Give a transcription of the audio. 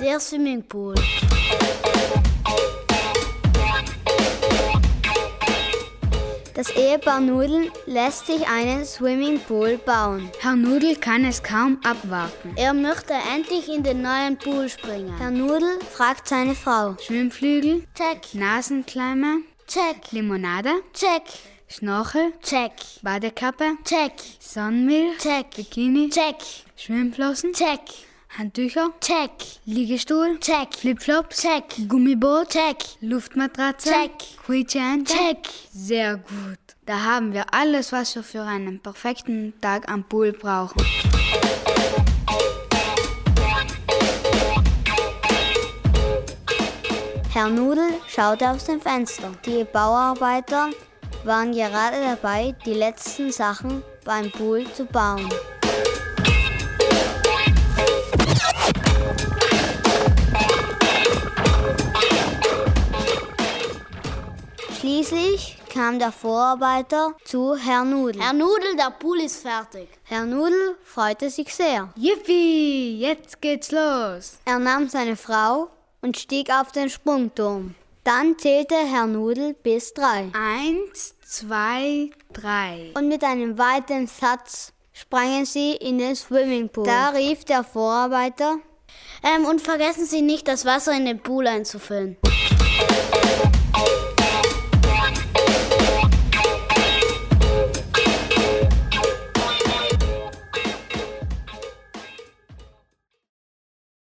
der Swimmingpool. Das Ehepaar Nudel lässt sich einen Swimmingpool bauen. Herr Nudel kann es kaum abwarten. Er möchte endlich in den neuen Pool springen. Herr Nudel fragt seine Frau. Schwimmflügel? Check. Nasenklemmer? Check. Limonade? Check. Schnorchel? Check. Badekappe? Check. Sonnenmilch? Check. Bikini? Check. Schwimmflossen? Check. Handtücher? Check. Liegestuhl? Check. Flipflops? Check. Gummiboot? Check. Luftmatratze? Check. Quietscheente? Check. Sehr gut. Da haben wir alles, was wir für einen perfekten Tag am Pool brauchen. Herr Nudel schaut aus dem Fenster. Die Bauarbeiter waren gerade dabei, die letzten Sachen beim Pool zu bauen. Schließlich kam der Vorarbeiter zu Herrn Nudel. Herr Nudel, der Pool ist fertig. Herr Nudel freute sich sehr. Yippie, jetzt geht's los. Er nahm seine Frau und stieg auf den Sprungturm. Dann zählte Herr Nudel bis drei. Eins, zwei, drei. Und mit einem weiten Satz sprangen sie in den Swimmingpool. Da rief der Vorarbeiter, Ähm, und vergessen Sie nicht, das Wasser in den Pool einzufüllen.